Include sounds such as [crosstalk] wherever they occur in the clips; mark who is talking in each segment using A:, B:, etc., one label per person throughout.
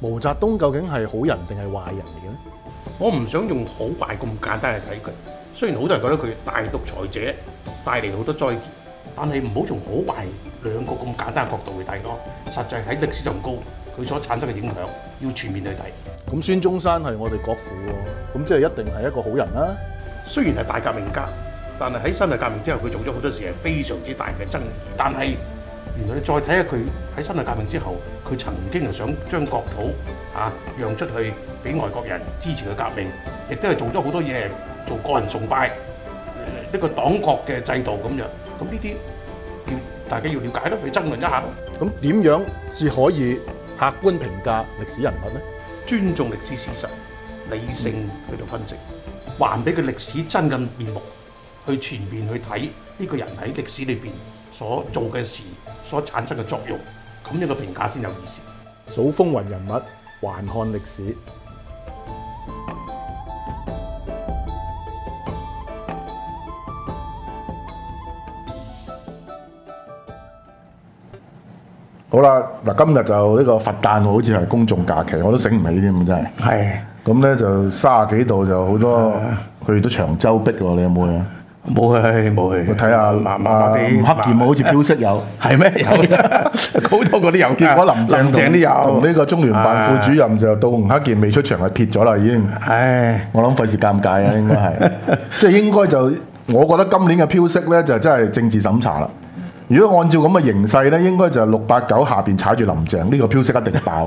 A: 毛澤東究竟係好人定係壞人嚟嘅咧？
B: 我唔想用好壞咁簡單去睇佢。雖然好多人覺得佢大獨裁者帶嚟好多災劫，但係唔好從好壞兩個咁簡單嘅角度去睇咯。實際喺歷史上高，佢所產生嘅影響要全面去睇。
A: 咁孫中山係我哋國父喎，咁即係一定係一個好人啦。
B: 雖然係大革命家，但係喺辛亥革命之後，佢做咗好多事係非常之大嘅爭議。但係原來你再睇下佢喺辛亥革命之後，佢曾經係想將國土啊讓出去俾外國人支持佢革命，亦都係做咗好多嘢，做個人崇拜，呃一個黨國嘅制度咁樣。咁呢啲要大家要了解咯，去爭論一下咯。
A: 咁點樣至可以客觀評價歷史人物呢？
B: 尊重歷史事實，理性去到分析，還俾佢歷史真嘅面目，去全面去睇呢個人喺歷史裏邊所做嘅事，所產生嘅作用，咁樣嘅評價先有意思。
A: 數風雲人物，還看歷史。
C: 好啦，嗱今日就呢個佛誕好似係公眾假期，我都醒唔起添，真係。
D: 係
C: 咁咧就三十幾度就好多去咗長洲逼喎，你有冇啊？
D: 冇去冇去，
C: 我睇下
D: 麻麻
C: 啊
D: 麻啲
C: 吳克儉好似飄色有。
D: 係咩有嘅， [laughs] 好多嗰啲有嘅，
C: 結果林鄭
D: 林鄭都有，
C: 同呢個中聯辦副主任就到吳克儉未出場就撇咗啦，已經。
D: 唉，
C: 我諗費事尷尬啊，應該係，即係應該就，我覺得今年嘅飄色呢，就真係政治審查啦。如果按照咁嘅形勢呢，應該就六八九下面踩住林鄭，呢、個飄色一定爆，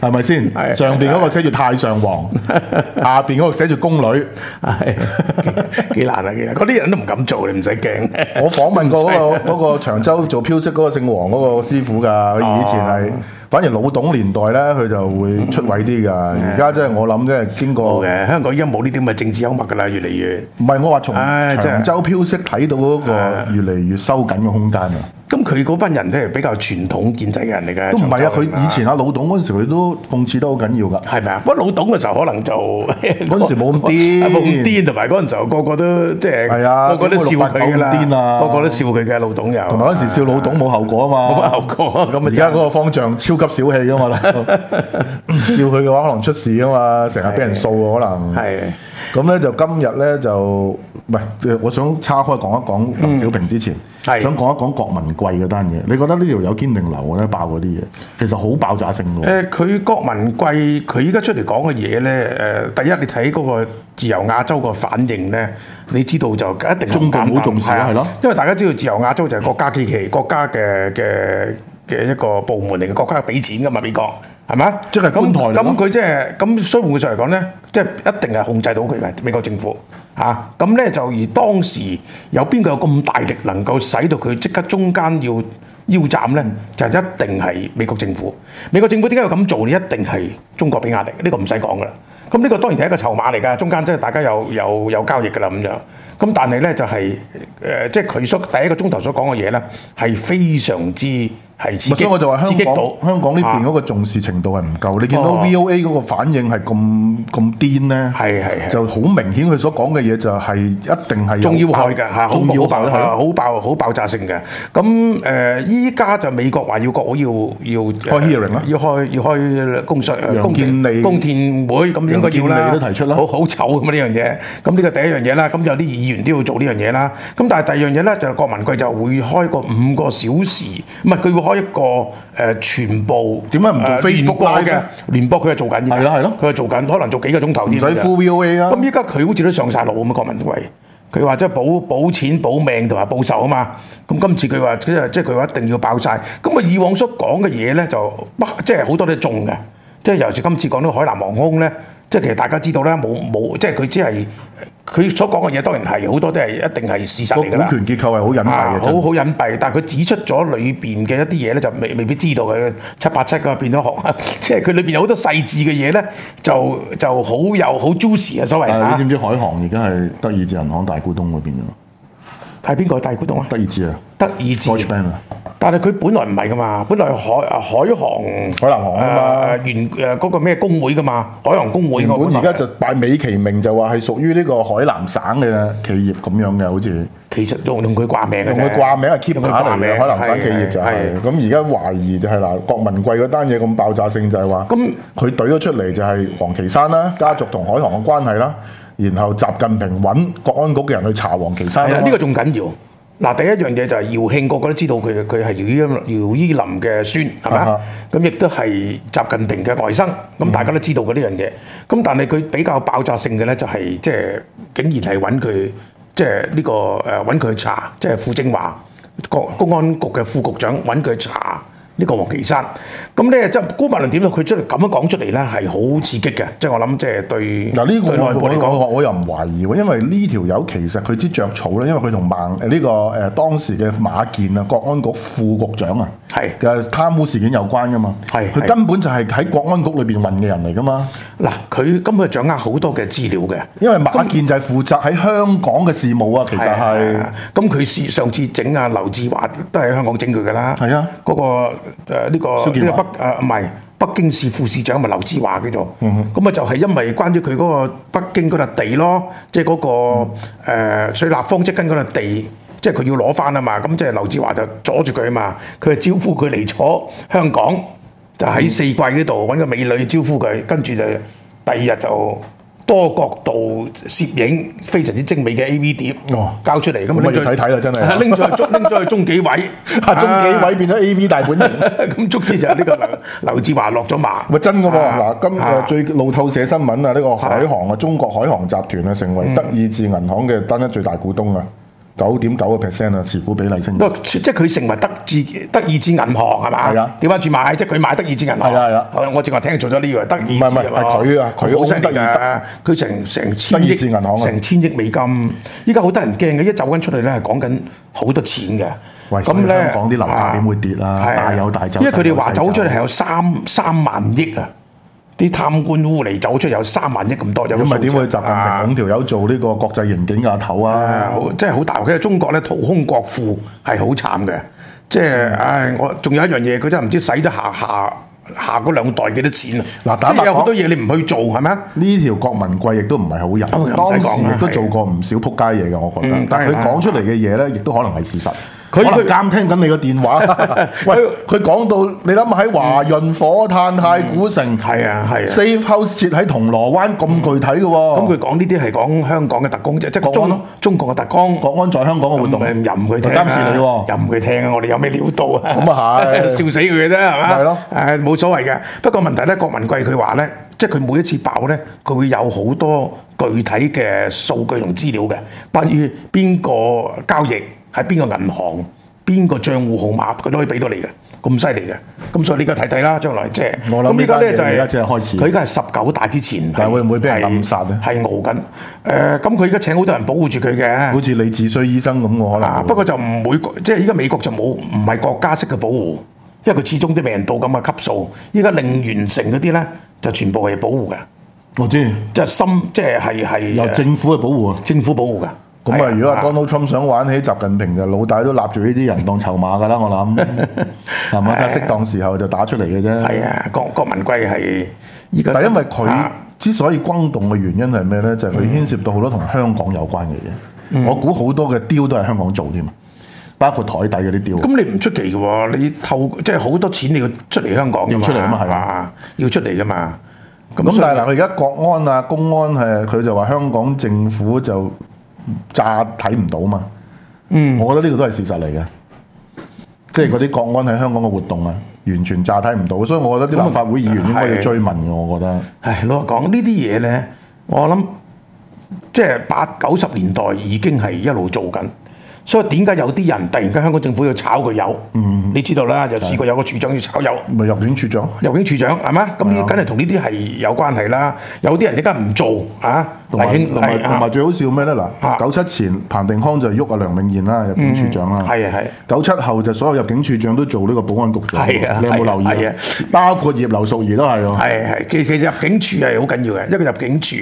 C: 係咪
D: 係
C: 先？上面嗰個寫住太上皇，下面嗰個寫住宮女。
D: 唉，幾幾難啊幾難，嗰啲人都唔敢做，你唔使驚。 [laughs]
C: 我訪問過嗰、個嗰個長洲做飄色嗰個姓黃嗰個師傅㗎，佢以前係。
D: 哦
C: 反而老董年代呢，佢就會出位啲㗎。而家即係我諗，即係經
D: 冇嗯
C: 過
D: 嘅，香港而家冇呢啲咁嘅政治幽默㗎啦，越嚟越。
C: 唔係我話從
D: 唉真係
C: 長洲飄色睇到嗰個越嚟越收緊嘅空間啊！
D: 咁佢嗰班人都係比較傳統建制嘅人嚟嘅，
C: 都唔係啊！
D: 長洲
C: 佢以前阿老董嗰陣時，佢都諷刺得好緊要㗎。
D: 係咪啊？不過老董嘅時候可能就
C: [laughs]
D: 嗰
C: 陣時冇咁
D: [laughs]
C: 癲
D: 冇咁癲，同埋嗰陣時候個個都即係
C: 係啊
D: 個個都笑佢㗎啦
C: 點會六八九咁癲，啊
D: 個個都笑佢嘅老董又
C: 同埋嗰陣時笑老董冇後果啊
D: 冇乜
C: 嘛。
D: 後果咁啊！
C: 而家嗰個方丈超級小氣㗎嘛， [laughs] 笑佢嘅話可能出事啊嘛，成日俾人掃啊可
D: [laughs]
C: 能。
D: 係
C: 咁咧就今日咧就唔係，我想岔開講一講鄧小平之前，
D: 嗯係
C: 想講一講郭文貴嗰單嘢。你覺得呢條有堅定流咧爆嗰啲嘢，其實好爆炸性㗎
D: 誒，
C: 喎。
D: 佢郭文貴佢依家出嚟講嘅嘢咧，誒，第一你睇嗰個自由亞洲個反應咧，你知道就一定
C: 中共好重視啦係咯
D: 啊因為大家知道自由亞洲就係國家機器、國家嘅嘅嘅一個部門嚟嘅，國家俾錢噶嘛，美國係咪啊
C: 即係官台嚟
D: 咁
C: 咯
D: 咁佢即係咁，所以換句上嚟講咧，即係一定係控制到佢嘅美國政府嚇。咁、呢，咧就而當時有邊個有咁大力能夠使到佢即刻中間要腰斬咧？就一定係美國政府。美國政府點解要咁做？你一定係中國俾壓力，呢、個唔使講噶啦。咁呢個當然係一個籌碼嚟㗎，中間即係大家有有有交易㗎啦咁樣。咁但係咧就係、呃即係佢所第一個鐘頭所講嘅嘢咧，係非常之係刺激，
C: 咪所以我就話香
D: 刺激
C: 港
D: 到
C: 香港呢
D: 啊
C: 邊嗰個重視程度係唔夠，你見到
D: 哦
C: VOA 嗰個反應係咁咁癲咧，
D: 係係係
C: 就好明顯佢所講嘅嘢就係一定係有
D: 仲要害嘅嚇，好
C: 中要
D: 好
C: 害
D: 爆
C: 係咯
D: 好爆好爆炸性嘅。咁誒，依家就美國話要國會要要
C: 開 hearing 啦
D: 要開要開公商
C: 楊
D: 公
C: 建利
D: 公田會咁應該要啦，
C: 楊建利都提出啦
D: 好好醜咁啊呢樣嘢。咁呢個第一樣嘢啦，咁有啲議員都要做呢樣嘢啦。咁但係第二樣嘢咧，就郭文貴就會開個五個小時，唔係佢會開一個誒、呃全部
C: 點解唔做
D: 呃
C: Facebook
D: 聯播
C: Live
D: 嘅
C: 呢
D: 聯播，佢係做緊嘅，
C: 係咯係咯
D: 佢係做緊，可能做幾個鐘頭
C: 唔
D: 添
C: 使
D: 㗎。
C: 呼 VOA 啊
D: 咁。依家佢好似都上晒路咁啊，郭文貴。佢話即係保保錢保命同埋報仇啊嘛，咁今次佢話即係即係佢話一定要爆晒。咁啊以往所講嘅嘢咧就不即係好多都中嘅，即係尤其是今次講到海南航空咧，即係其實大家知道啦，冇冇即係佢只係佢所講嘅嘢當然係好多都係一定係事實
C: 個
D: 嚟㗎啦
C: 股。權結構係好隱蔽
D: 啊
C: 嘅，
D: 好
C: 真係
D: 好隱蔽，但係佢指出咗裏邊嘅一啲嘢咧，就未未必知道嘅七八七啊咁變咗學， [laughs] 即係佢裏邊有好多細緻嘅嘢咧，就就好有好 juicy 啊，所謂
C: 但係
D: 嚇
C: 你知唔。知海航而家係德意志銀行大股東嗰邊啊？
D: 係邊個大股東啊？
C: 德意志啊
D: 德意志
C: ，Deutsche Bank 啊，
D: 德但係佢本來唔係噶嘛，本來係海啊海航
C: 海南航啊嘛
D: 誒原誒嗰個咩工會噶嘛，海航工會
C: 原
D: 㗎
C: 本
D: 來
C: 而家就拜美其名就話係屬於呢個海南省嘅企業咁樣嘅，好似
D: 其實用用佢掛名嘅啫
C: 用佢掛名係啊 keep
D: 用佢
C: 打
D: 掛
C: 嚟
D: 名
C: 嘅海南省企業就
D: 係係
C: 係。咁而家懷疑就係嗱，郭文貴嗰單嘢咁爆炸性就係話，
D: 咁
C: 佢懟咗出嚟就係黃岐山啦，家族同海航嘅關係啦，然後習近平揾國安局嘅人去查黃岐山
D: 係
C: 啦
D: 啦，呢、個仲緊要。嗱，第一樣嘢就係姚慶，個個都知道佢佢係姚依姚依林嘅孫，係咪
C: 嗯啊哈嗯
D: 啊咁亦都係習近平嘅外甥，咁大家都知道嘅呢樣嘢。咁但係佢比較爆炸性嘅咧、就係即係竟然係揾佢，即係呢個誒揾佢查，即係傅政華國公安局嘅副局長揾佢查呢個黃岐山。咁咧即係高白倫點咧，佢出嚟咁樣講出嚟咧係好刺激嘅，即係我諗即係對
C: 嗱呢個
D: 對內
C: 我
D: 部嚟
C: 我
D: 講
C: 我我又唔懷疑喎，因為呢條友其實佢知着草咧，因為佢同孟誒呢個誒當時嘅馬建啊，國安局副局長啊，
D: 係
C: 嘅貪污事件有關噶嘛，
D: 係
C: 佢
D: 係
C: 根本就係喺國安局裏邊混嘅人嚟噶嘛，
D: 嗱，佢根本係掌握好多嘅資料嘅。
C: 因為馬建就係負責喺香港嘅事務啊，其實
D: 係
C: 係
D: 啊咁佢試上次整啊劉志華都喺香港整佢噶啦，
C: 係啊，
D: 嗰、個呃誒呢、
C: 蕭
D: 個
C: 建
D: 呢
C: 華
D: 個北啊誒唔係北京市副市長咪劉志華叫做，
C: 嗯
D: 咁啊就係因為關於佢嗰個北京嗰笪地咯，即係嗰個、
C: 嗯
D: 誒水立方即跟嗰笪地。即係佢要攞翻啊嘛，咁即係劉志華就阻住佢啊嘛，佢就招呼佢嚟咗香港，就
C: 嗯
D: 喺四季嗰度揾個美女招呼佢，跟住就第二日就多角度攝影非常之精美嘅 A V 碟
C: 哦
D: 交出嚟咁啊
C: 咁我
D: 拎
C: 要
D: 咗
C: 睇
D: 去
C: 睇啦，真係
D: [laughs] 拎咗去中拎咗去中紀委，
C: [laughs] 啊中紀委變咗 A V 大本營。
D: 啊 [laughs] 咁足之就係呢個劉劉志華落咗馬，
C: 喂，真嘅喎！
D: 啊
C: 嗱，今
D: 啊
C: 誒最路透社新聞啊，呢個海航啊，中國海航集團啊，成為德意志銀行嘅單一最大股東啊，九點九個 percent 啊，持股比例升。
D: 不過即係佢成為德意德意志銀行係嘛？
C: 係啊
D: 調翻轉買，即係佢買德意志銀行。
C: 係啊係啊
D: 我正話聽做咗呢樣德意
C: 唔係唔
D: 志
C: 係係佢啊佢
D: 好犀利
C: 好
D: 㗎！佢成成千
C: 德
D: 億
C: 意志銀行啊
D: 成千億美金，依家好得人驚嘅，一走緊出嚟咧係講緊好多錢嘅。
C: 喂所以香港啲樓價點會跌啊
D: 係
C: 大有大走
D: 因為佢哋話
C: 細有細
D: 走
C: 走
D: 出嚟係有三三萬億啊！啲貪官污吏走出嚟有三萬億咁多，有
C: 咁咪點會習
D: 會
C: 近平拱條友做呢個國際刑警嘅頭
D: 啊，
C: 啊？
D: 好真係好大鑊。其實中國咧掏空國庫係好慘嘅，即係唉，我仲有一樣嘢，佢真係唔知使咗下下下嗰兩代幾多錢啊！
C: 嗱
D: 即
C: 坦白
D: 係有好
C: 講
D: 多嘢你唔去做係咪啊？
C: 呢條郭文貴亦都唔係好
D: 哦
C: 人，
D: 唔
C: 當
D: 使講啦
C: 時亦都做過唔少撲街嘢嘅，我覺得
D: 嗯。
C: 但係
D: 係
C: 佢
D: 係
C: 講出嚟嘅嘢咧，亦都可能係事實。
D: 佢
C: 可能
D: 佢
C: 監聽緊你個電
D: [laughs]
C: 話。喂，佢講到你諗下喺華潤火炭太古城，
D: 係啊係啊。
C: safe house 設喺銅鑼灣咁具體嘅喎。
D: 咁佢講呢啲係講香港嘅特工啫，即係
C: 國
D: 中
C: 安咯
D: 中國嘅特工。
C: 國安在香港嘅活動，
D: 咁咪任佢啊聽啊
C: 監視你喎。
D: 任佢聽啊！我哋有咩料到啊？
C: 咁啊係
D: [laughs] 笑死佢嘅啫，係嘛？
C: 咪係咯
D: 誒冇所謂嘅。不過問題咧，郭文貴佢話咧，即係佢每一次爆咧，佢會有好多具體嘅數據同資料嘅，關於邊個交易喺邊個銀行。邊個帳户號碼佢都可以俾到你嘅，咁犀利嘅，咁所以呢個睇睇啦，將來即係
C: 我諗
D: 咁
C: 呢單嘢而家只係開始
D: 佢而家係十九大之前係，
C: 但係會唔會俾人暗殺咧
D: 係熬緊，誒、咁佢而家請好多人保護住佢嘅，
C: 好似李志需醫生咁，我可
D: 啊，
C: 能。
D: 不過就唔會，即係依家美國就冇唔係國家式嘅保護，因為佢始終都未人到咁嘅級數。依家令完成嗰啲咧，就全部係保護嘅，
C: 我知
D: 即係深，即係係係
C: 由
D: 呃
C: 政府去保護啊。
D: 政府保護嘅。
C: 咁
D: 係
C: 啊，如果阿
D: 啊
C: Donald Trump 想玩起習近平，就老大都立住呢啲人當籌碼㗎啦，
D: [laughs]
C: 我諗係咪？睇下適當時候就打出嚟嘅啫。
D: 啊係啊，郭郭文貴係依家，
C: 但因為佢
D: 啊嗯
C: 之所以轟動嘅原因係咩咧？就係佢牽涉到好多同香港有關嘅嘢。我估好多嘅雕都係香港做添，包括台底嗰啲雕。
D: 咁你唔出奇嘅喎，你透即係好多錢你要出嚟香港㗎
C: 要出嚟啊嘛係
D: 嘛，要出嚟㗎嘛。
C: 咁
D: 所以
C: 但係嗱，佢而家國安啊、公安係佢就話香港政府就炸睇唔到嘛。嗯，我覺得呢個都係事實嚟嘅，即係嗰啲國安喺香港嘅活動啊，完全炸睇唔到，所以我覺得啲立法會議員應該要追問嘅，我覺得。
D: 唉，老實講，呢啲嘢咧，我諗即係八九十年代已經係一路做緊，所以點解有啲人突然間香港政府要炒佢魷？嗯，你知道啦，又試過有個處長要炒魷。
C: 咪入境處長，
D: 入境處長係嘛？咁
C: 啊
D: 呢啲梗係同呢啲係有關係啦。有啲人而家唔做啊，
C: 同埋
D: 黎慶
C: 同埋
D: 係啊
C: 同埋最好笑咩咧？
D: 啊
C: 嗱，九七前彭定康就喐阿梁永賢啦，入境處長啦。
D: 係啊係。
C: 九七後就所有入境處長都做呢個保安局長，
D: 係啊
C: 你有冇留意
D: 係啊？
C: 啊包括葉劉淑儀都係喎。
D: 係係，其其實入境處係好緊要嘅，一個入境處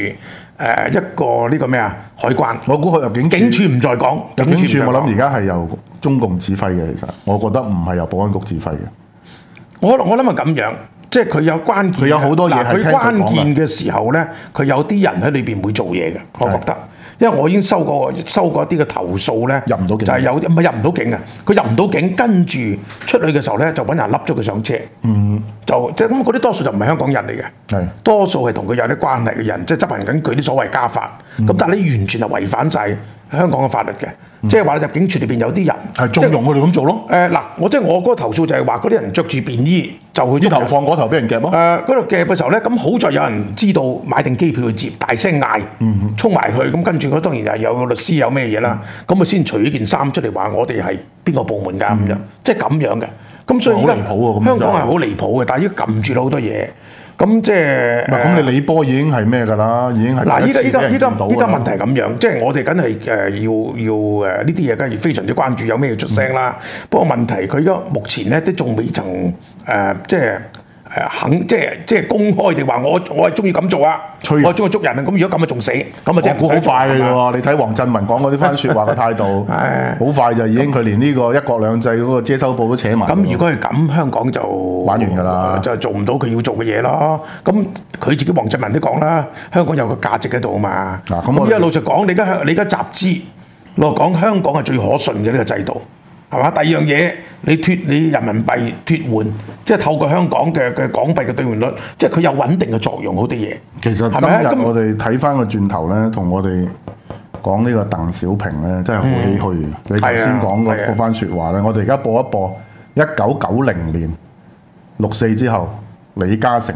D: 誒一個呢個咩啊海關，
C: 我估佢入境
D: 警署唔再講，
C: 入境處
D: 唔再
C: 我
D: 講
C: 諗而家係由中共指揮嘅，其實我覺得唔係由保安局指揮嘅。
D: 我我諗係咁樣，即係佢有關鍵嘅，
C: 佢有好多嘢
D: 嗱
C: 係
D: 佢
C: 聽佢講㗎
D: 關鍵嘅時候咧，佢有啲人喺裏邊會做嘢嘅，我覺得。因為我已經收過收過一啲嘅投訴咧，
C: 入唔到境
D: 就係有唔係入唔到境嘅，啊佢入唔到境，跟住出去嘅時候咧就揾人笠咗佢上車，嗯，就即係咁嗰啲多數就唔係香港人嚟嘅，
C: 係
D: 多數係同佢有啲關係嘅人，即係執行緊佢啲所謂家法，
C: 嗯
D: 咁、但係你完全係違反晒香港嘅法律嘅，即係話入境處裏邊有啲人
C: 嗯係縱容佢哋咁做咯，
D: 誒嗱，我即係我嗰個投訴就係話嗰啲人着住便衣就去捉
C: 呢頭
D: 人
C: 放嗰頭俾人夾咯。
D: 誒嗰度夾嘅時候咧，咁好在有人知道買定機票去接，大聲嗌，
C: 嗯
D: 衝埋去，咁跟住佢當然係有律師有咩嘢啦，咁佢先除呢件衫出嚟話我哋係邊個部門㗎咁樣，即係咁樣嘅。咁所以而
C: 嗯哇好離譜喎咁樣
D: 香港
C: 真係
D: 係好離譜嘅，但係依家撳住咗好多嘢，咁即係
C: 唔係
D: 誒
C: 咁，你李波已經係咩㗎啦？已經係
D: 嗱，
C: 第
D: 依
C: 一
D: 家
C: 次
D: 依家
C: 俾人
D: 依家
C: 見到
D: 依家
C: 㗎啦
D: 問題係咁樣，即係我哋梗係誒要要誒呢啲嘢，梗係非常之關注，有咩要出聲啦。
C: 嗯
D: 不過問題佢而家目前咧都仲未曾誒、呃即係誒、呃肯即係即係公開地話我我係中意咁做啊，
C: 吹人
D: 我係中意捉人啊。咁如果咁啊仲死，咁啊即
C: 我
D: 係
C: 估好
D: 唔使做
C: 快嘅啫
D: 啦
C: 喎，你睇黃振文講嗰啲番説話嘅態
D: [laughs]
C: 度，好快就已經佢連呢個一國兩制嗰個遮羞布都扯埋。
D: 咁如果係咁，香港就
C: 玩完㗎啦
D: 就做唔到佢要做嘅嘢咯。咁佢自己黃振文都講啦，香港有個價值喺度嘛。
C: 嗱咁
D: 咁
C: 我哋
D: 而家老實講，你而家香你而家集資，老實講香港係最可信嘅呢個制度，係嘛？第二樣嘢，你脱你人民幣脱換，即係透過香港嘅嘅港幣嘅兑換率，即係佢有穩定嘅作用，好啲嘢。
C: 其實今
D: 係咪啊
C: 日
D: 咁
C: 我哋睇翻個轉頭咧，同我哋講呢個鄧小平咧，真係好唏噓嘅。你頭先講
D: 嗯係啊
C: 嗰
D: 係啊
C: 嗰番説話咧，我哋而家播一播一九九零年六四之後，李嘉誠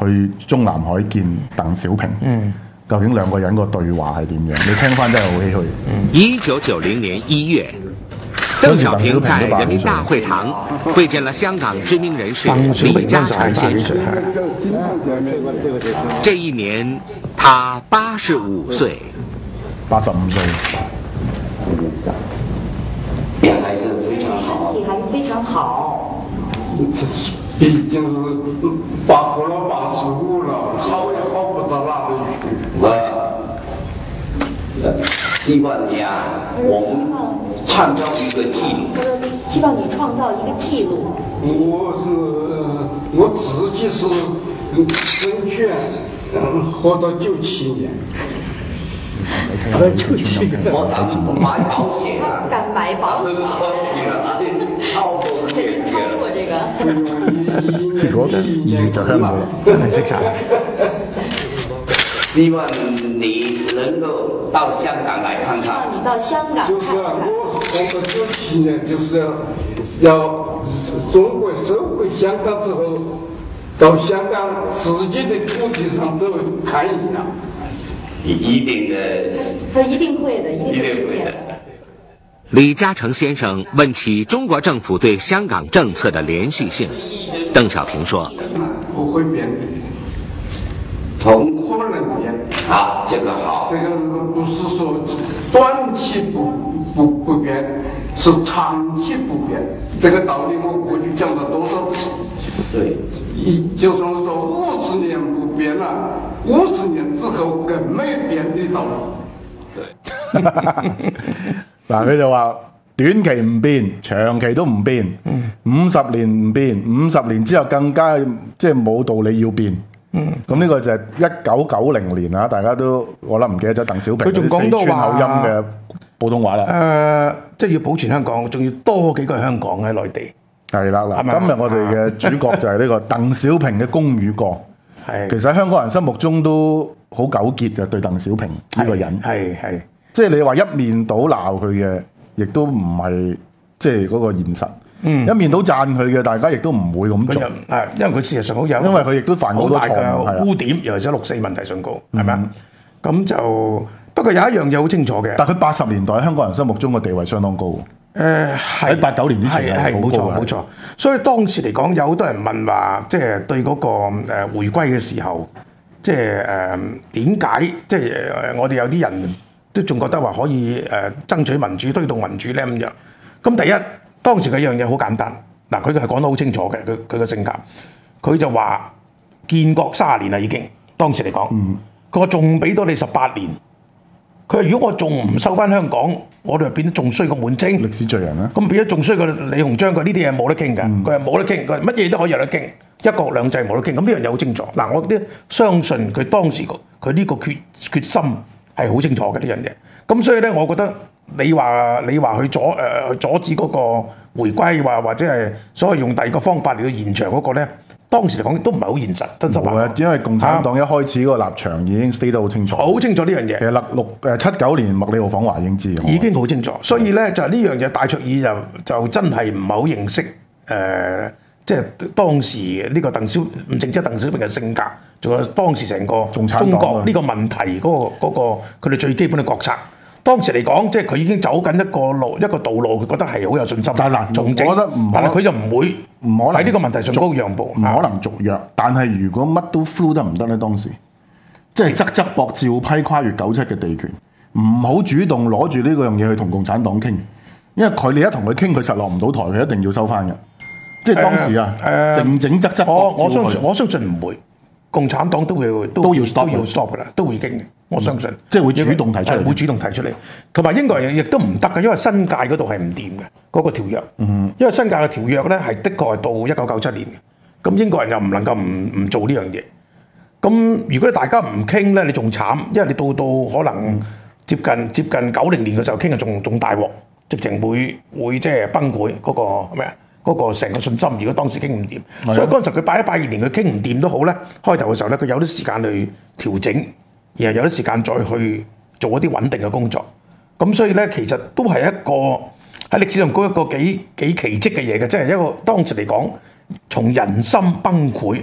C: 去中南海見鄧小平，
D: 嗯
C: 究竟兩個人個對話係點樣？你聽翻真係好唏噓。
D: 嗯
E: 一九九零年一月，邓小平在人民大会堂会见了香港知名人士
D: 鄧小
E: 李
D: 平
E: 嘉
D: 嗰陣時係
E: 诚
D: 八幾
E: 先
D: 歲係
E: 生。这一年，他八十五岁。
C: 八十五歲，
F: 这孩子非常好
G: 身，体还非常好，
F: 这是已经是把头了把食物了，好也好不到哪里去。我希望你啊，我们创造一个记录。
G: 他说希望你创造一个记录。
F: 我是我自己是争取活到九七年，
C: 九七年
F: 我打算买保险啊，
G: 敢买保险，这人超过这个。
C: 結果二月就香港啦。
D: 真係識晒。
H: 希望你能够到香港来看
G: 希
H: 看。
G: 望你到香港
F: 就是
G: 看
F: 啊
G: 看。
F: 我我们九七年就是要要中国收回香港之后，到香港自己的土地上走看一下。
H: 你一定的，
G: 他说一定会的，一
H: 一
G: 定会
H: 定
G: 实
H: 会
G: 现
H: 的
G: 的。。
E: 李嘉诚先生问起中国政府对香港政策的连续性，邓小平说
F: 不会变，
H: 同
F: 不可能变。
H: 好，这个好
F: 这，个不是说短期不不不变，是长期不变。这个道理我过去讲了多少次，
H: 对，
F: 一就算说五十年不变了，五十年之后更没变的道理。
C: 嗱，佢就話短期唔變，長期都唔變，五十年唔變，五十年之後更加即係冇道理要變。咁呢個就係一九九零年啊，大家都我諗唔記得咗鄧小平
D: 佢仲
C: 嗰啲
D: 講到
C: 四川口音
D: 話
C: 嘅普通話啦。
D: 誒，即係要保存香港，仲要多幾個香港喺內地。
C: 係啦，
D: 係
C: 嗱，
D: 咪
C: 今日我哋嘅主角就係呢個鄧小平嘅公與過。
D: 係
C: 其實香港人心目中都好糾結嘅對鄧小平呢個人。
D: 係係。
C: 即係你話一面倒鬧佢嘅，亦都唔係即係嗰個現實。一面倒讚佢嘅，大家亦都唔會咁
D: 佢
C: 做
D: 就。啊，因為佢事實上好有，
C: 因為佢亦都犯好多
D: 大
C: 錯誤係啊嗯
D: 嘅污點，尤其是六四問題上高，係咪啊？咁就不過有一樣嘢好清楚嘅，
C: 但佢八十年代喺香港人心目中嘅地位相當高。
D: 誒呃係
C: 喺89年之前
D: 係係
C: 係
D: 冇
C: 好高
D: 錯
C: 嘅
D: 冇錯，所以當時嚟講有好多人問話，即係對嗰個呃誒回歸嘅時候，即係誒點解即係誒我哋有啲人都仲覺得話可以誒爭取民主、推動民主咧咁樣。咁第一當時嘅一樣嘢好簡單，嗱佢係講得好清楚嘅，佢佢嘅性格，佢就話建國三十年啦已經，當時嚟講，佢話仲俾多你十八年。佢話如果我仲唔收翻香港，我哋就變得仲衰過滿清。
C: 歷史罪人啦。
D: 咁變咗仲衰過李鴻章佢呢啲嘢冇得傾
C: 嗯
D: 㗎，佢係冇得傾，佢係乜嘢都可以有得傾，一國兩制冇得傾，咁呢樣嘢好清楚。嗱，我啲相信佢當時個佢呢個決決心係好清楚嘅呢樣嘢。咁所以咧，我覺得你話你話去阻誒、呃去阻止嗰個回歸，話或者係所謂用第二個方法嚟到延長嗰個咧，當時嚟講都唔係好現實，真心
C: 冇
D: 話
C: 啊，因為共產黨一開始嗰個立場已經 state 得好清楚。
D: 好清楚呢樣嘢
C: 其。實六六誒七九年麥理浩訪華已經知嘅。
D: 已經好清楚。所以咧就係呢樣嘢，戴卓爾就就真係唔係好認識誒、呃即係當時呢個鄧小唔淨止係鄧小平嘅性格，仲有當時成個
C: 共產黨啊
D: 中國呢個問題嗰、個嗰、個佢哋最基本嘅國策。當時嚟講，即係佢已經走緊一個路一個道路，佢覺得係好有信心。
C: 但係嗱
D: 重整
C: 我覺得唔可
D: 但係佢就唔會
C: 唔可能
D: 喺呢個問題上高讓步。
C: 唔可能續約，但係如果乜都 flu 得唔得呢？當時即係側側膊照批跨越九七嘅地權，唔好主動攞住呢個樣嘢去同共產黨傾，因為佢你一同佢傾，佢實落唔到台，佢一定要收翻嘅。即係當時啊，
D: 誒誒
C: 靜靜側側
D: 我
C: 膊
D: 我
C: 照
D: 相
C: 佢
D: 信我相信唔會，共產黨都會都
C: 都要 stop
D: 都要
C: 佢嗯
D: stop 噶啦，都會經嘅。我相信，呃
C: 即係會主動提出嚟
D: 係會主動提出嚟。同埋英國人亦都唔得嘅，因為新界嗰度係唔掂嘅嗰個條約。
C: 嗯
D: 因為新界嘅條約咧係的確係到一九九七年嘅，咁英國人又唔能夠唔唔做呢樣嘢。咁如果大家唔傾咧，你仲慘，因為你到到可能接近接近九零年嘅時候傾啊，仲仲大鑊，直情會會即係崩潰嗰、個咩啊？嗰個成個信心，如果當時傾唔掂，所
C: 啊
D: 以嗰陣時佢八一八二年佢傾唔掂都好咧，開頭嘅時候咧，佢有啲時間去調整，然後有啲時間再去做一啲穩定嘅工作。咁所以咧，其實都係一個喺歷史上高一個幾幾奇蹟嘅嘢嘅，即係一個當時嚟講，從人心崩潰，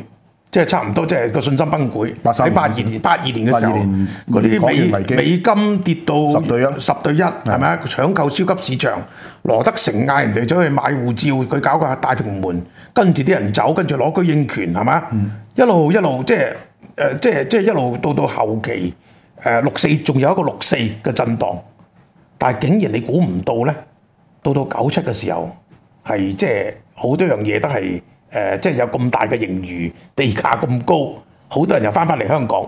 D: 即係差唔多，即係個信心崩潰。
C: 83
D: 喺八二年、八二年嘅時候，
C: 82年
D: 嗰啲
C: 港元危機
D: 美美金跌到
C: 10對一
D: 十對一係咪啊？搶購超級市場，羅德成嗌人哋走去買護照，佢搞個大平門，跟住啲人走，跟住攞居應權係咪啊一路一路即係誒、呃即係即係一路到到後期誒、呃六四，仲有一個六四嘅震盪，但係竟然你估唔到咧，到到九七嘅時候係即係好多樣嘢都係誒、呃即係有咁大嘅盈餘，地價咁高，好多人又翻返嚟香港，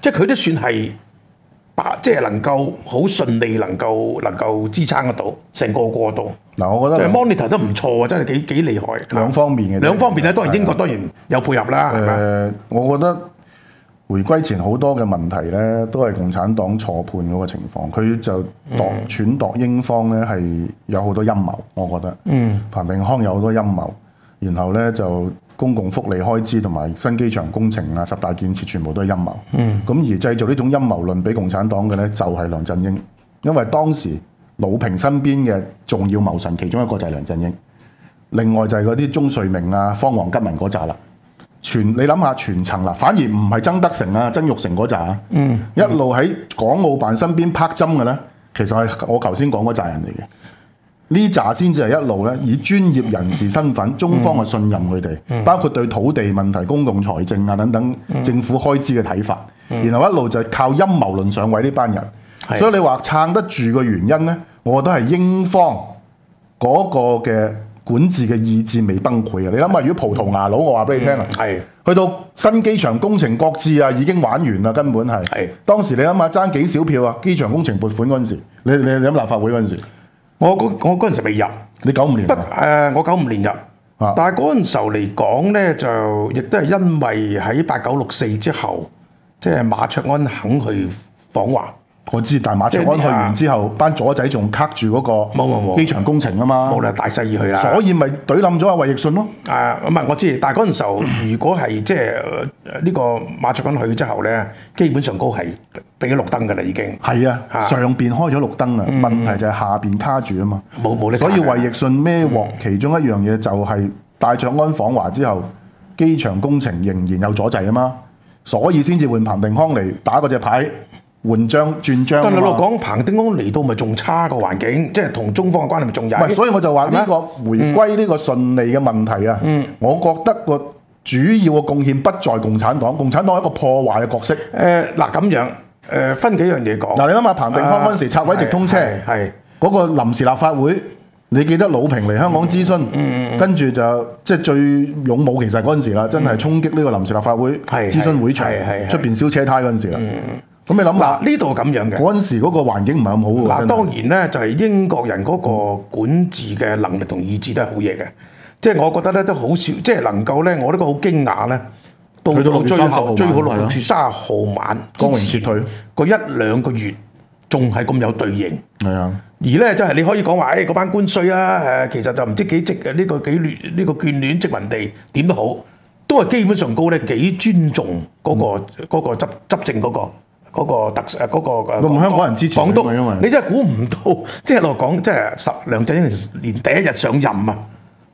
D: 即係佢都算係。把即係能夠好順利，能夠能夠支撐得到成個過渡，
C: 嗱，我
D: 即
C: 覺
D: 係
C: 得
D: monitor 都唔錯啊！真係幾幾厲害。
C: 兩方面嘅
D: 兩方面咧，當然
C: 係啊
D: 英國當然有配合啦，係
C: 誒、
D: 咪？
C: 我覺得回歸前好多嘅問題咧，都係共產黨錯判嗰個情況，佢就度揣度英方咧係有好多陰謀，我覺得。嗯。彭定康有好多陰謀，然後咧就公共福利開支同埋新機場工程啊、十大建設全部都係陰謀。嗯。咁而製造呢種陰謀論俾共產黨嘅咧，就係、梁振英，因為當時老平身邊嘅重要謀臣其中一個就係梁振英。另外就係嗰啲鐘瑞明啊、方黃吉文嗰扎啦。全你諗下全層啦，反而唔係曾德成啊、曾玉成嗰扎啊，嗯、一路喺港澳辦身邊拍針嘅咧，其實係我頭先講嗰扎人嚟嘅。呢扎先至係一路咧，以專業人士身份，中方係信任佢哋，包括對土地問題、公共財政啊等等政府開支嘅睇法，然後一路就係靠陰謀論上位呢班人。所以你話撐得住嘅原因咧，我覺得係英方嗰個嘅管治嘅意志未崩潰啊！你諗下，如果葡萄牙佬，我話俾你聽啊，
D: 係
C: 去到新機場工程國置啊，已經玩完啦，根本係。
D: 係
C: 當時你諗下爭幾少票啊？機場工程撥款嗰陣時，你你你諗立法會嗰陣時，
D: 我嗰我嗰陣時未入，
C: 你九五年
D: 不
C: 啊
D: 誒，我九五年入，
C: 啊
D: 但係嗰陣時候嚟講咧，就亦都係因為喺八九六四之後，即係馬卓安肯去訪華，
C: 我知，但馬卓安去完之後，班左仔仲卡住嗰
D: 冇冇冇
C: 個機場工程啊嘛
D: 冇，理由大勢而去啦。
C: 所以咪懟冧咗阿衛奕信咯。
D: 啊，唔係我知，但係嗰陣時候，
C: [clears throat]
D: 如果係即係呃呢個馬卓君去之後咧，基本上高係俾咗綠燈㗎啦，已經
C: 係啊，
D: 啊
C: 上邊開咗綠燈啊，
D: 嗯
C: 問題就係下邊卡住啊嘛。
D: 冇冇得
C: 所以
D: 打㗎
C: 衛奕信孭鑊，其中一樣嘢就係戴卓安訪華之後，機場工程仍然有阻滯啊嘛，所以先至換彭定康嚟打嗰隻牌，換章轉章啊
D: 但係
C: 嘛。
D: 老實講，彭定安嚟到咪仲差個環境，即係同中方嘅關係咪仲
C: 唔係，
D: 曳。
C: 所以我就話呢個回歸呢個順利嘅問題啊，我覺得個主要嘅貢獻不在共產黨，共產黨係一個破壞嘅角色。
D: 誒呃嗱咁樣誒分幾樣嘢講。啊
C: 嗱，你諗下彭定康嗰陣時拆位直通車，
D: 係係係
C: 嗰個臨時立法會，你記得魯平嚟香港諮
D: 嗯
C: 詢，跟住就即係最勇武，其實嗰陣時啦，真係衝擊呢個臨時立法會
D: 係
C: 諮詢會場
D: 係係係嗯
C: 出邊燒車胎嗰陣時啦。咁你諗下
D: 嗱，呢度咁樣嘅。
C: 嗰陣時嗰個環境唔係咁好
D: 嗱，
C: 喎，真
D: 當
C: 係
D: 然咧，就係、英國人嗰個管治嘅能力同意志都係好嘢嘅，即係我覺得咧都好少，即係能夠咧，我呢個好驚訝咧，到
C: 去到
D: 到
C: 6月
D: 最
C: 30號
D: 後
C: 晚
D: 最好
C: 係
D: 六
C: 咯
D: 月三十號晚
C: 光榮撤退，
D: 嗰一兩個月仲係咁有隊形。
C: 係啊，
D: 而咧，即係你可以講話，誒、嗰班官帥啊，誒、其實就唔知幾直嘅呢個幾亂呢、個眷戀殖民地點都好，都係基本上高咧幾尊重嗰、個嗰、個執執政嗰、個。嗰個特誒嗰個誒
C: 嗯咁香港人支持佢
D: 港
C: 嘛
D: 督
C: 因為，
D: 你真係估唔到， [laughs] 即係落講，即係十梁振英連第一日上任啊，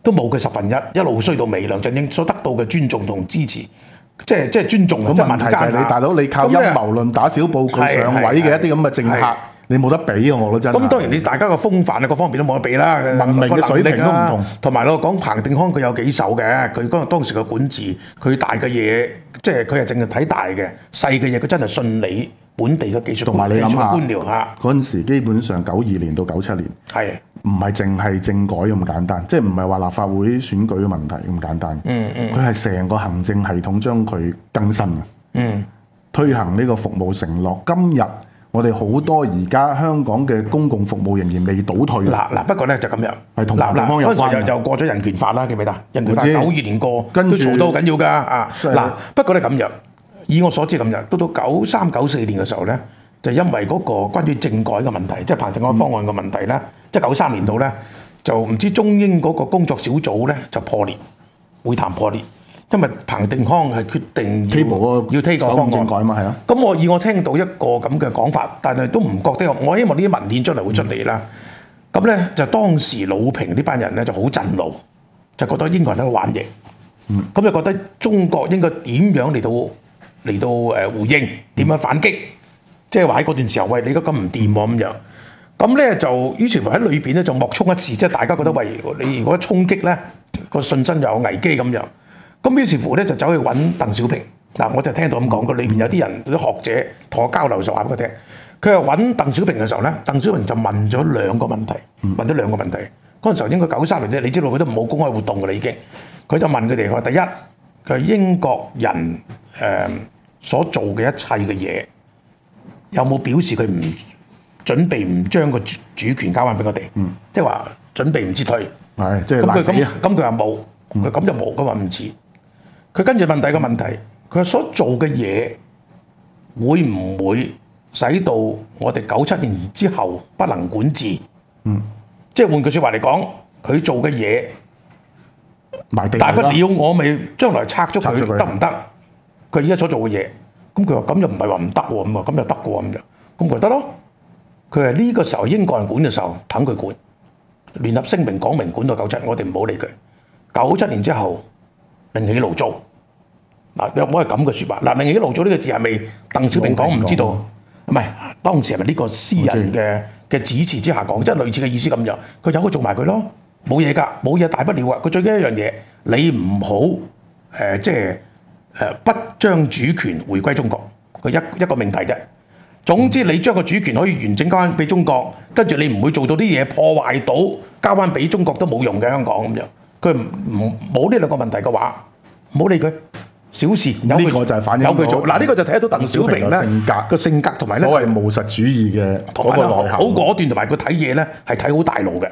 D: 都冇佢十分一，一路衰到尾。梁振英所得到嘅尊重同支持，即係即係尊重啊
C: 咁
D: 即係民
C: 問題就係
D: 間啊
C: 你大佬你靠
D: 咁咧
C: 陰謀論打小報告
D: 係
C: 上位嘅
D: 係
C: 一啲咁嘅政
D: 係
C: 客，你冇得比啊！我覺得真係。
D: 咁當然你大家個風範啊，各方面都冇得比啦，文
C: 明嘅水平都唔同
D: 啊同埋我講彭定康佢有幾手嘅，佢嗰個當時嘅管治，佢大嘅嘢，即係佢係淨係睇大嘅，細嘅嘢佢真係信你本地嘅技術，
C: 同埋你諗
D: 技術
C: 下
D: 官僚嚇，
C: 嗰陣時基本上九二年到九七年，
D: 係
C: 唔係淨係政改咁簡單，即係唔係話立法會選舉嘅問題咁簡單。嗯嗯，佢係成個行政系統將佢更新啊。
D: 嗯，
C: 推行呢個服務承諾，今日我哋好多而家香港嘅公共服務仍然未倒退。
D: 嗱嗱，不過咧就咁樣，
C: 啊係同
D: 嗱
C: 彭定康有
D: 嗱，嗰
C: 關
D: 陣時
C: 嘅
D: 又又過咗人權法啦，記唔記得？人權法
C: 我知
D: 九二年過，
C: 跟
D: 都
C: 住
D: 嘈到好緊要㗎啊！
C: 係
D: 嗱，不過咧咁樣，以我所知咁樣，到到九三九四年嘅時候咧，就因為嗰個關於政改嘅問題，即係彭定安方案嘅問題咧，即係九三年度咧，就唔知中英嗰個工作小組咧就破裂，會談破裂，因為彭定康係決定要
C: table 嗰個
D: 要推個
C: 九五
D: 方案
C: 政改嘛係啊。
D: 咁我以我聽到一個咁嘅講法，但係都唔覺得有，我希望呢啲文件將來會出嚟啦。咁咧就當時魯平呢班人咧就好震怒，就覺得英國人喺度玩嘢，咁、就覺得中國應該點樣嚟到嚟到誒回應，點樣反擊，即係話喺嗰段時候，喂你而家咁唔掂喎咁樣。咁咧就於是乎喺裏邊咧就莫衷一是，即係大家覺得喂你如果衝擊咧個信心就有危機咁樣。咁於是乎咧就走去揾鄧小平。嗱，我就聽到咁講，佢裏邊有啲人有啲學者同我交流嘅時候話俾佢聽，佢係揾鄧小平嘅時候咧，鄧小平就問咗兩個問題，問咗兩個問題。嗰陣時候應該九三年咧，你知道佢都冇公開活動㗎啦已經。佢就問佢哋，佢話第一，佢係英國人誒、所做嘅一切嘅嘢，有冇表示佢唔準備唔將個主主權交翻俾我哋？即係話準備唔撤退。
C: 係即係
D: 咁佢
C: 賴死
D: 咁
C: 啊！
D: 咁佢話冇，佢咁就冇，佢話唔似。佢跟住問第二個問題，佢所做嘅嘢會唔會使到我哋九七年之後不能管治？嗯，即係換句説話嚟講，佢做嘅嘢
C: 埋地
D: 大不
C: 啦
D: 了我咪將來拆咗
C: 嗯拆
D: 佢
C: 咗佢
D: 得唔得？佢而家所做嘅嘢，咁佢話咁又唔係話唔得喎，咁啊咁就得嘅喎咁樣，咁佢話得咯。佢話呢個時候英國人管嘅時候，等佢管。聯合聲明講明管到九七，我哋唔好理佢。九七年之後，另起爐灶。嗱，有冇係咁嘅説話？嗱，另起爐灶呢個字係咪鄧小平講唔知道？唔係，當時係咪呢個私人嘅嘅指示之下講，即係類似嘅意思咁樣。佢由佢做埋佢咯，冇嘢㗎，冇嘢大不了啊！佢最緊要一樣嘢，你唔好誒，即係誒不將主權回歸中國，佢一一個命題啫。總之，你將個主權可以完整交翻俾中國，跟住你唔會做到啲嘢破壞到交翻俾中國都冇用嘅香港咁樣。佢唔唔冇呢兩個問題嘅話，唔好理佢，小事有佢
C: 呢個就係反映
D: 有佢做。
C: 到
D: 嗱，呢個就睇得到鄧小平咧
C: 鄧小平嘅性格
D: 個性格同埋咧
C: 所謂務實主義嘅
D: 同
C: 嗰
D: 埋
C: 個
D: 咧
C: 內涵
D: 啊好。果斷，同埋佢睇嘢咧係睇好大路嘅。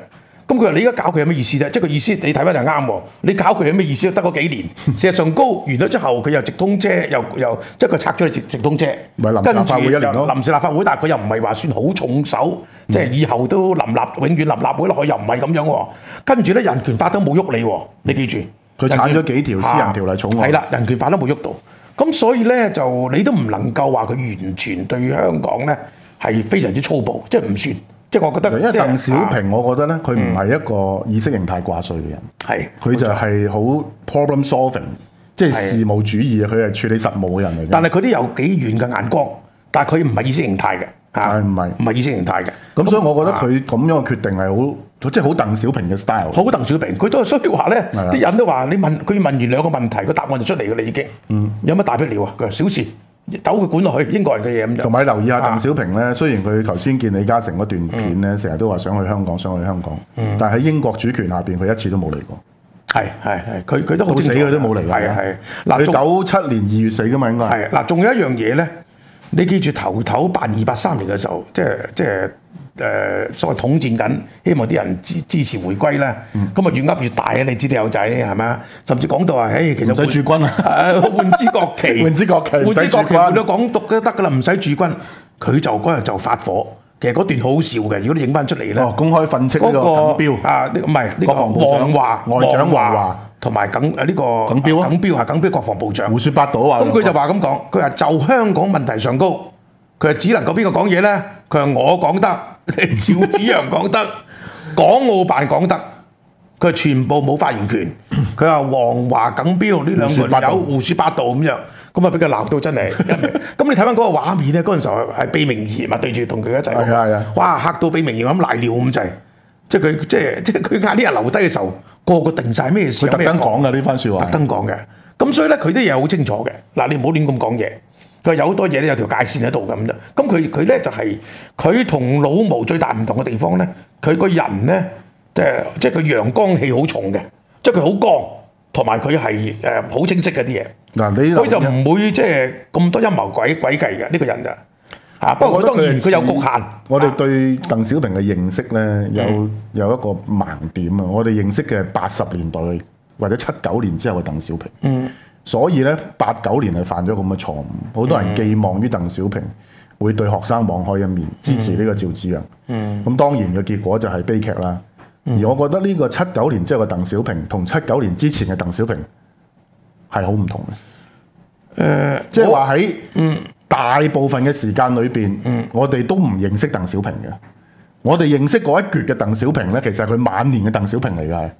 D: 咁佢話：你而家搞佢有咩意思啫？即係個意思，你睇翻就啱喎。你搞佢有咩意思？得嗰幾年，
C: [laughs]
D: 事實上高完咗之後，佢又直通車，又又即係佢拆咗佢直直通車，
C: 咪臨時立法會一年
D: 跟住又
C: 咯嗯
D: 臨時立法會，但係佢又唔係話算好重手，即係以後都臨立永遠臨立會落去，又唔係咁樣喎。跟住咧人權法都冇喐你喎，你記住。啊
C: 佢鏟咗幾條私人條例草案
D: 係啦，人權法都冇喐到。咁所以咧就你都唔能夠話佢完全對香港咧係非常之粗暴，即係唔算。即係我覺得，
C: 因為
D: 即係啊嗯
C: 鄧小平，我覺得咧，佢唔係一個意識形態掛帥嘅人，
D: 係
C: 佢就係好 problem solving，即係事務主義啊！佢係處理實務嘅人嚟嘅。
D: 但係佢都有幾遠嘅眼光，但係佢唔係意識形態嘅，嚇
C: 係唔係
D: 唔係意識形態嘅。
C: 咁所以，我覺得
D: 啊
C: 佢咁樣嘅決定係好，即係好鄧小平嘅 style。
D: 好鄧小平，佢都所以話咧，
C: 係啊
D: 啲人都話你問佢問完兩個問題，個答案就出嚟㗎啦已經。嗯，有乜大不了啊？佢話小事，抖佢管落去英國人嘅嘢咁就。
C: 同埋留意下
D: 啊
C: 鄧小平咧，雖然佢頭先見李嘉誠嗰段片
D: 嗯
C: 咧，成日都話想去香港，想去香港，但係喺英國主權下邊，佢一次都冇嚟過。
D: 係係係，佢佢都好
C: 到死
D: 清楚
C: 佢都冇嚟㗎
D: 係
C: 啊
D: 係嗱，仲
C: 佢九七年二月死噶嘛，應該係
D: 係啊嗱，仲有一樣嘢咧，你記住頭頭八二八三年嘅時候，即係即係誒所謂統戰緊，希望啲人支支持回歸啦。
C: 嗯
D: 咁啊、越噏越大啊！你知你有仔係咪啊？甚至講到話，誒其實
C: 唔使
D: 換
C: 駐軍啊
D: 係 [laughs] 換支國旗，
C: [laughs] 換支國旗唔
D: 換
C: 使
D: 支
C: 駐
D: 國旗，
C: 軍
D: 換咗港獨都得㗎啦，唔使駐軍。佢就嗰日就發火，其實嗰段好好笑嘅。如果你影翻出嚟咧。
C: 哦，公開訓斥呢
D: 嗰
C: 個
D: 個
C: 錦標，
D: 啊，呢個唔係呢個
C: 國防部
D: 黃
C: 長
D: 華
C: 外長
D: 黃
C: 黃華
D: 同埋耿誒呢個
C: 耿彪啊
D: 耿彪係耿彪國防部長
C: 胡。說八道啊！
D: 咁佢就話咁講，佢話就香港問題上高，佢話只能夠邊個講嘢咧？佢話我講得， [laughs] 趙紫陽講
C: [laughs]
D: 得，港澳辦講得，佢話全部冇發言權。佢話黃華耿彪呢兩
C: 胡說八
D: 個
C: 道
D: 有胡說八道咁樣，咁啊俾佢鬧到真
C: [laughs]
D: 係。咁你睇翻嗰個畫面咧，嗰陣時候係係貝明賢啊對住同佢一齊嗰個，
C: 係啊係啊
D: 哇嚇到貝明賢咁瀨尿咁滯，即係佢即係即係佢嗌啲人留低嘅時候，個個定晒咩事，
C: 佢特
D: 有
C: 登
D: 咩
C: 講嘅呢番説話
D: 特，登講嘅。咁所以咧，佢啲嘢好清楚嘅。嗱，你唔好亂咁講嘢。佢話有好多嘢咧，有條界線喺度咁啫。咁佢佢咧就係佢同老毛最大唔同嘅地方咧，佢個人咧，即係即係佢陽光氣好重嘅，即係佢好光，同埋佢係誒好清晰嘅啲嘢。
C: 嗱你留
D: 佢
C: 意
D: 就
C: 啊
D: 唔會即係咁多陰謀詭詭計嘅呢個人就嚇。不過當然佢有局限。
C: 我哋
D: 啊嗯
C: 對鄧小平嘅認識咧，有有一個盲點啊！我哋認識嘅八十年代或者七九年之後嘅鄧小平，嗯，所以咧八九年係犯咗咁嘅錯誤，好多
D: 嗯
C: 人寄望於鄧小平會對學生網開一面，支持呢個趙紫陽，嗯，咁當然嘅結果就係悲劇啦。
D: 嗯
C: 而我覺得呢個七九年之後嘅鄧小平同七九年之前嘅鄧小平係好唔同嘅。
D: 誒，
C: 即係
D: 呃我
C: 話喺大部分嘅時間裏邊，
D: 嗯
C: 我哋都唔認識鄧小平嘅。我哋認識嗰一橛嘅鄧小平呢，其實係佢晚年嘅鄧小平嚟嘅，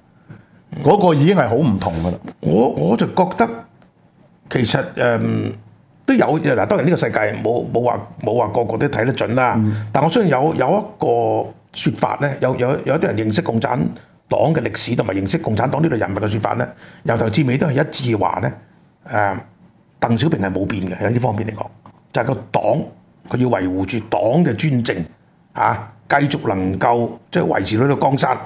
D: 嗯
C: 嗰、個已經係好唔同噶啦。
D: 我我就覺得其實誒、嗯都有嗱，當然呢個世界冇冇話冇話個個都睇得準啦。但我相信有有一個説法咧，有有有啲人認識共產黨嘅歷史同埋認識共產黨呢類人物嘅説法咧，由頭至尾都係一致話咧誒，鄧小平係冇變嘅喺呢方面嚟講，就係、個黨佢要維護住黨嘅專政啊，繼續能夠即係維持到呢個江山。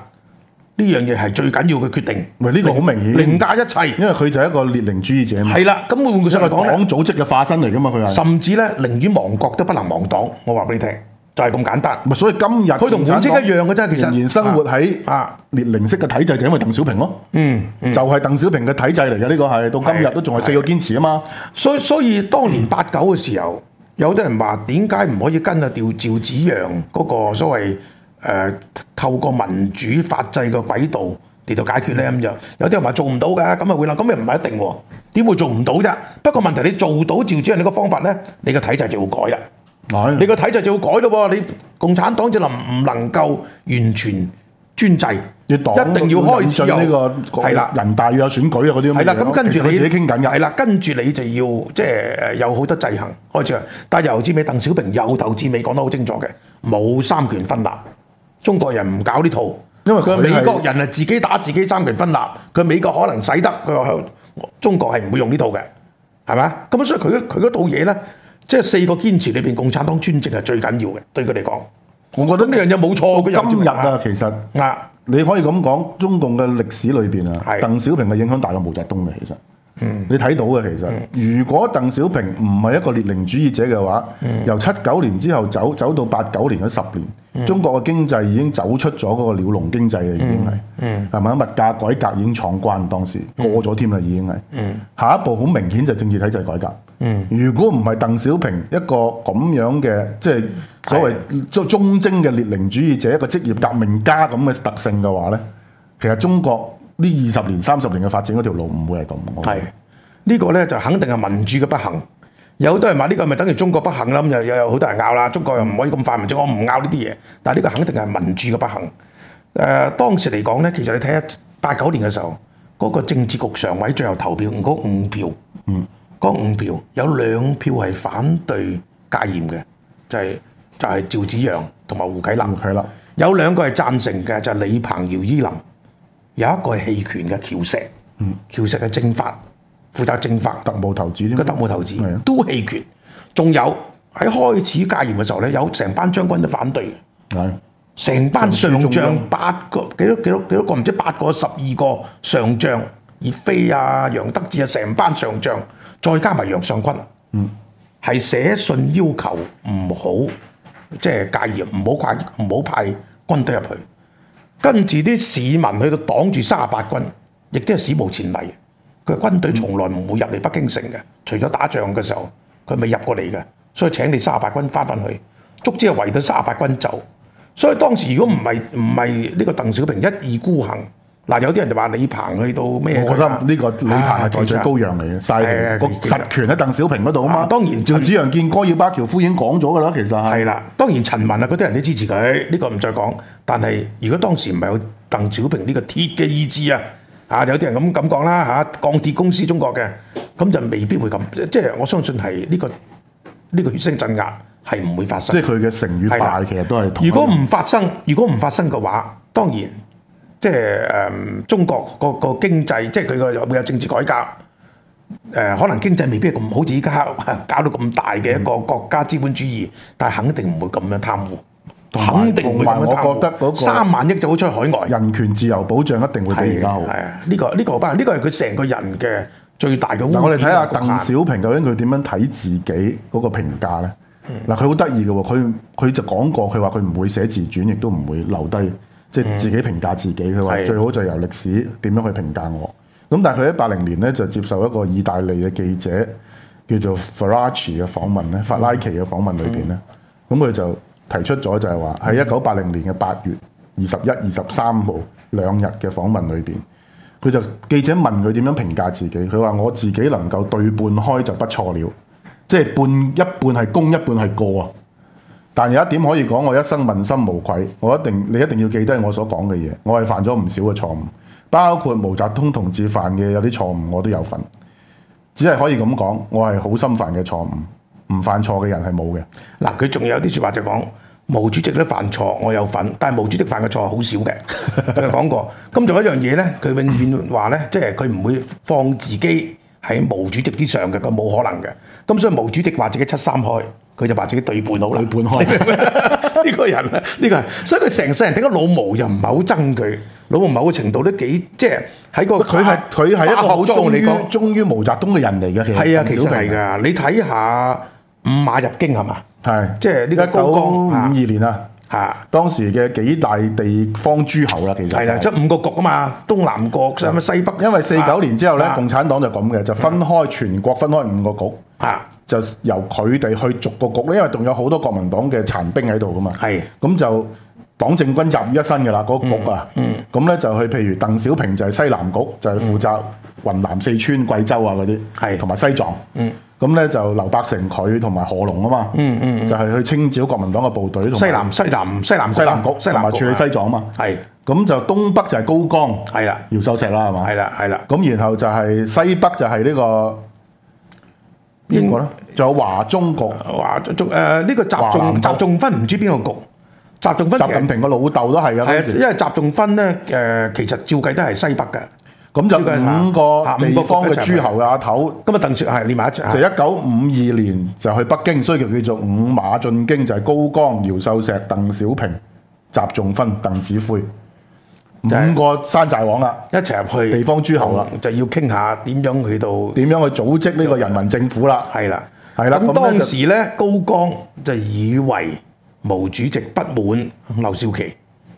D: 呢樣嘢係最緊要嘅決定，
C: 喂呢個好明顯
D: 凌駕一切。
C: 因為佢就係一個列寧主義者嘛，
D: 係啦，咁換句
C: 即
D: 上
C: 係
D: 嚟
C: 個
D: 講
C: 黨
D: 咧，
C: 組織嘅化身嚟噶嘛，佢係。
D: 甚至咧寧願亡國都不能亡黨。我話俾你聽，就係、咁簡單。
C: 咪所以今日
D: 佢同滿
C: 共產
D: 清
C: 黨
D: 一樣嘅啫其實
C: 仍然生活喺
D: 啊
C: 列寧式嘅體制，就因為鄧小平咯。
D: 嗯，
C: 就係鄧小平嘅體制嚟嘅，呢個係到今日都仲係四個堅持啊嘛。
D: 所以所以當年八九嘅時候，有啲人話點解唔可以跟啊調趙紫陽嗰個所謂誒、呃透過民主法制嘅軌道嚟到解決咧咁樣？有啲人話做唔到㗎，咁啊會諗，咁又唔係一定喎，點會做唔到啫？不過問題你做到趙紫陽呢個方法咧，你個體制就要改啦。
C: 係
D: 你個體制就要改咯喎！你共產黨就能唔能夠完全專制？
C: 要黨
D: 一定要開始有
C: 引進呢個
D: 係啦，
C: 人大要有選舉啊嗰啲咁嘅嘢咯。
D: 係啦。咁跟
C: 其
D: 住
C: 實
D: 你
C: 佢自己傾緊㗎
D: 係。啦，跟住你就要即係誒有好多制衡開始啦。啊但係由頭至尾，鄧小平由頭至尾講得好清楚嘅，冇三權分立，中國人唔搞呢套。
C: 因為佢
D: 佢
C: 係
D: 美國人係自己打自己三權分立，佢美國可能使得，佢話香中國係唔會用呢套嘅，係咪啊？咁所以佢佢嗰套嘢咧，即係四個堅持裏邊，共產黨專政係最緊要嘅，對佢嚟講。
C: 我覺得
D: 呢樣嘢冇錯嘅又
C: 今日啊，其實
D: 啊，
C: 你可以咁講，中共嘅歷史裏邊啊，
D: 係
C: 鄧小平嘅影響大過毛澤東嘅，其實。你睇到嘅其實，如果鄧小平唔係一個列寧主義者嘅話，由七九年之後走走到八九年嗰十年，中國嘅經濟已經走出咗嗰個鳥籠經濟嘅，已經係係咪？物價改革已經闖關，當時過咗添啦，已經係下一步好明顯就政治體制改革。如果唔係鄧小平一個咁樣嘅即係所謂中忠貞嘅列寧主義者，一個職業革命家咁嘅特性嘅話呢，其實中國呢二十年、三十年嘅發展嗰條路唔會係咁。我覺得
D: 係呢個咧就肯定係民主嘅不幸。有好多人話呢個咪等於中國不幸啦，咁又又有好多人拗啦，中國又唔可以咁快民主，我唔拗呢啲嘢。但係呢個肯定係民主嘅不幸。誒、當時嚟講咧，其實你睇下八九年嘅時候，嗰、個政治局常委最後投票嗰五票，嗯，嗰五票有兩票係反對戒嚴嘅，就係、就係、趙紫陽同埋胡啟南。
C: 係啦，
D: 有兩個係贊成嘅，就係、李鵬、姚依林；有一個係棄權嘅喬石。嗯，喬石係政法，負責政法
C: 特務投資添
D: 個特務頭子
C: 係啊
D: 都棄權。仲有喺開始戒嚴嘅時候咧，有成班將軍都反對嘅。
C: 係
D: 成班上
C: 上書中
D: 將
C: 央
D: 八個幾多幾多幾多個唔知八個十二個上將，葉飛啊、楊德志啊，成班上將，再加埋楊尚昆，嗯，係寫信要求唔好即係戒嚴，唔好派唔好派軍隊入去。跟住啲市民去到擋住三十八軍，亦都係史無前例嘅。佢話軍隊從來唔會入嚟北京城嘅，除咗打仗嘅時候，佢未入過嚟嘅。所以請你三十八軍翻返去，足之係圍到三十八軍走。所以當時如果唔係唔係呢個鄧小平一意孤行，嗱有啲人就話李鵬去到咩㗎？
C: 我覺得呢個李
D: 啊
C: 鵬係代罪羔羊嚟嘅，晒
D: 係啊
C: 佢個
D: 其實
C: 實權喺鄧小平嗰度啊
D: 啊
C: 嘛。
D: 當然
C: 趙紫陽見戈爾巴喬夫已經講咗㗎啦，其實係
D: 係啦，當然陳雲啊嗰啲人都支持佢，呢、個唔再講。但係如果當時唔係有鄧小平呢個鐵嘅意志啊，啊有啲人咁咁講啦嚇，鋼鐵公司中國嘅，咁就未必會咁。即即係我相信係呢、個呢、個血腥鎮壓係唔會發生
C: 即係。佢嘅成與
D: 係啦
C: 敗其實都係同一樣。
D: 如果唔發生，如果唔發生嘅話，當然即係誒、嗯中國個個經濟，即係佢個會有政治改革。誒、可能經濟未必係咁好似依家搞到咁大嘅一個
C: 嗯
D: 國家資本主義，但係肯定唔會咁樣貪污，
C: 同埋
D: 肯定唔會咁樣貪污。
C: 同埋我覺得嗰個
D: 三萬億就好出去海外。
C: 人權自由保障一定會比而家好。
D: 係啊，呢、個呢、個好吧，呢、個係佢成個人嘅最大嘅污
C: 嗱，
D: 點。
C: 我哋睇下
D: 局限
C: 鄧小平究竟佢點樣睇自己嗰個評價咧？
D: 嗯
C: 嗱，佢好得意嘅喎，佢佢就講過，佢話佢唔會寫自傳，亦都唔會留低，即係自己評價自己。佢
D: 嗯
C: 話
D: 係
C: 最好就由歷史點樣去評價我。咁但係佢喺八零年咧就接受一個意大利嘅記者叫做 Faraci 嘅訪問咧，
D: 嗯
C: 法拉奇嘅訪問裏邊咧，咁佢就提出咗就係話喺一九八零年嘅八月二十一、二十三號兩日嘅訪問裏邊。佢就記者問佢點樣評價自己，佢話我自己能夠對半開就不錯了，即係半一半係功，一半係過啊。但有一點可以講，我一生問心無愧，我一定你一定要記低我所講嘅嘢，我係犯咗唔少嘅錯誤，包括毛澤東同志犯嘅有啲錯誤我都有份，只係可以咁講，我係好心犯嘅錯誤，唔犯錯嘅人係冇嘅。
D: 嗱，佢仲有啲説話就講毛主席都犯錯，我有份，但係毛主席犯嘅錯係好少
C: [laughs]
D: 嘅。佢講過，咁仲有一樣嘢咧，佢永遠話咧，即係佢唔會放自己喺毛主席之上嘅，佢冇可能嘅。咁所以毛主席話自己七三開，佢就話自己對半好啦。
C: 對半開
D: [laughs] 呢個人啊，呢個人，所以佢成世人點解老毛又唔係好憎佢？老毛某個程度都幾即係喺個
C: 佢係佢係一
D: 把口
C: 個
D: 中
C: 忠
D: 嚟
C: 於
D: 講。
C: 忠於毛澤東嘅人嚟嘅，其實
D: 係啊，
C: 鄧
D: 其
C: 小
D: 實係
C: 平
D: 㗎。你睇下五馬入京係嘛？
C: 係
D: 即係呢個
C: 一九
D: 高光
C: 五二年啊。
D: 嚇。
C: 當時嘅幾大地方諸侯啦，其實就係
D: 係啦，即係五個局啊嘛，東南國、咁西北，
C: 因為四九年之後咧，
D: 啊
C: 共產黨就咁嘅，就分開全國分開五個局，
D: 啊
C: 就由佢哋去逐個局咧，因為仲有好多國民黨嘅殘兵喺度噶嘛，
D: 係
C: 咁就黨政軍集於一身嘅啦，嗰、個局啊，
D: 嗯
C: 咁咧、就去譬如鄧小平就係西南局，就係、負責雲南、四川、貴州啊嗰啲，
D: 嗯係嗯
C: 同埋西藏，咁咧、就劉伯承佢同埋何龍啊嘛，就係去清剿國民黨嘅部隊，同
D: 西
C: 埋
D: 南西南西南
C: 西南局，
D: 西
C: 同
D: 南
C: 埋
D: 局
C: 處理西藏啊嘛。
D: 係
C: 咁就東北就係高江，
D: 係啦
C: 姚秀石啦，係嘛？
D: 係。啦係啦，
C: 咁然後就係西北就係呢、個邊個咧？仲有華中局，
D: 話中誒呢個集
C: 華
D: 中
C: 南局
D: 集中分唔知邊個局，集中分其
C: 習近
D: 實
C: 平個老豆都係嘅
D: 係
C: 嗰
D: 啊，因
C: 時。
D: 為集中分咧誒，其實照計都係西北嘅，
C: 咁就
D: 呢個係
C: 五
D: 啊
C: 個
D: 五個
C: 地方
D: 局
C: 嘅
D: 一齊去
C: 諸侯嘅阿頭，
D: 咁啊鄧雪係連埋一
C: 就
D: 齊，
C: 一九五二年就去北京，所以就叫做五馬進京，就係、高江、姚秀石、鄧小平、習仲勳、鄧子恢，
D: 就係
C: 五個山寨王啦。
D: 一齊入去
C: 地方諸侯啦，
D: 就要傾下點樣去到
C: 點樣去組織呢個人民政府啦？
D: 係啦
C: 係啦咁
D: 咁
C: 呢
D: 當
C: 就
D: 時咧高光就以為毛主席不滿劉少奇，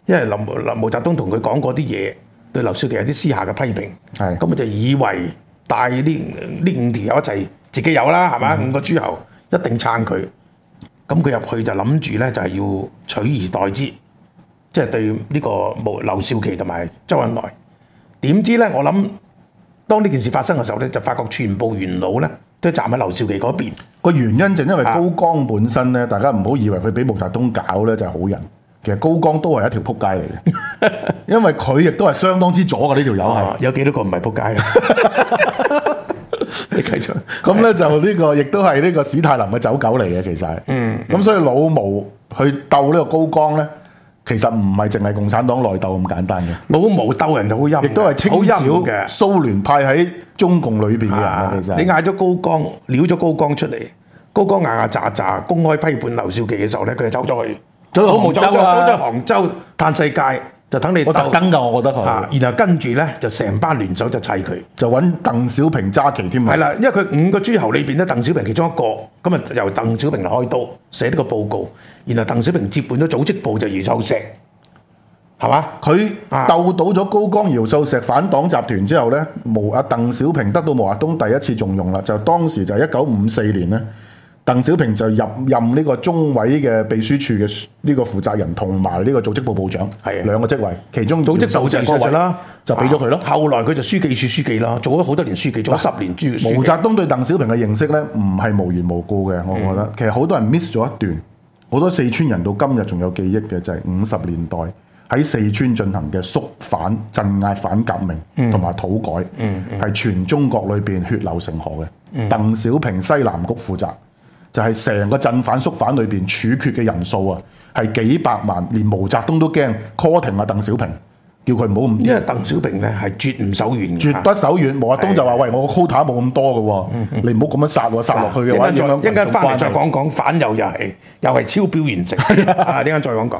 D: 因為林林毛澤東同佢講過啲嘢，對劉少奇有啲私下嘅批評。
C: 係
D: 咁佢就以為帶呢呢五條友一齊，自己有啦，係嘛？五個諸侯一定撐佢。咁佢入去就諗住咧，就係要取而代之，即係對呢個毛劉少奇同埋周恩來。點知咧，我諗當呢件事發生嘅時候咧，就發覺全部元老咧都站喺劉少奇嗰邊。
C: 個原因就因為
D: 啊
C: 高光本身咧，大家唔好以為佢俾毛澤東搞咧就係好人，其實高光都係一條撲街嚟嘅， [laughs] 因為佢亦都係相當之左嘅呢條友係
D: 啊。有幾多個唔係仆街
C: [laughs]
D: 啊？你繼續。
C: 咁咧就呢個亦都係呢個史泰林嘅走狗嚟嘅，其實係。嗯。咁所以老毛去鬥呢個高光咧，其實唔係淨係共產黨內鬥咁簡單嘅，
D: 老毛鬥人就好陰嘅，
C: 亦都係清
D: 嗯好陰
C: 剿
D: 嘅。
C: 蘇聯派喺中共裏邊嘅人啊，其實
D: 你
C: 係。
D: 嗌咗高光，撩咗高光出嚟，高高牙牙咋咋公開批判劉少奇嘅時候咧，佢就走咗去，
C: 走咗杭州啊
D: 走咗走咗杭州嘆世界，就等你
C: 我特
D: 鬥
C: 登㗎，我覺得
D: 啊
C: 佢，
D: 然後跟住咧就成班聯手就砌佢。
C: 就揾鄧小平揸旗添啊
D: 係啦，因為佢五個諸侯裏邊咧，鄧小平其中一個，咁啊由鄧小平嚟開刀寫呢個報告，然後鄧小平接管咗組織部就余秀石，係嘛？
C: 佢
D: 啊
C: 鬥到咗高江姚素石反黨集團之後呢，毛阿鄧小平得到毛澤東第一次重用啦，就當時就一九五四年呢，鄧小平就入任呢個中委嘅秘書處嘅呢個負責人同埋呢個組織部部長，
D: 係啊
C: 兩個職位，其中
D: 組
C: 姚
D: 織
C: 素
D: 部
C: 石
D: 就
C: 嗰個
D: 實
C: 位
D: 啦，啊
C: 就俾咗佢咯。
D: 後來佢就書記處書記啦，做咗好多年書記，做咗十年書書記。
C: 毛澤東對鄧小平嘅認識呢，唔係無緣無故嘅，
D: 嗯
C: 我覺得、其實好多人 miss 咗一段，好多四川人到今日仲有記憶嘅就係五十年代喺四川進行嘅肅反、鎮壓反革
D: 嗯
C: 命同埋土改，係、全中國裏邊血流成河嘅。
D: 嗯
C: 鄧小平西南局負責，就係、成個鎮反肅反裏邊處決嘅人數啊，係幾百萬，連毛澤東都驚 call 停啊鄧小平，叫佢唔好咁
D: 因為鄧小平咧係絕唔手軟嘅，
C: 絕不手軟。毛澤東就話：
D: 嗯係嗯
C: 喂，我個 quota 冇咁多嘅喎，你唔好咁樣殺我，殺落去嘅話
D: 一
C: 影響
D: 陣間再一陣間翻嚟再
C: 群眾關係。 [laughs]
D: 講講反右又係又係超標完成，啊一陣間再講講。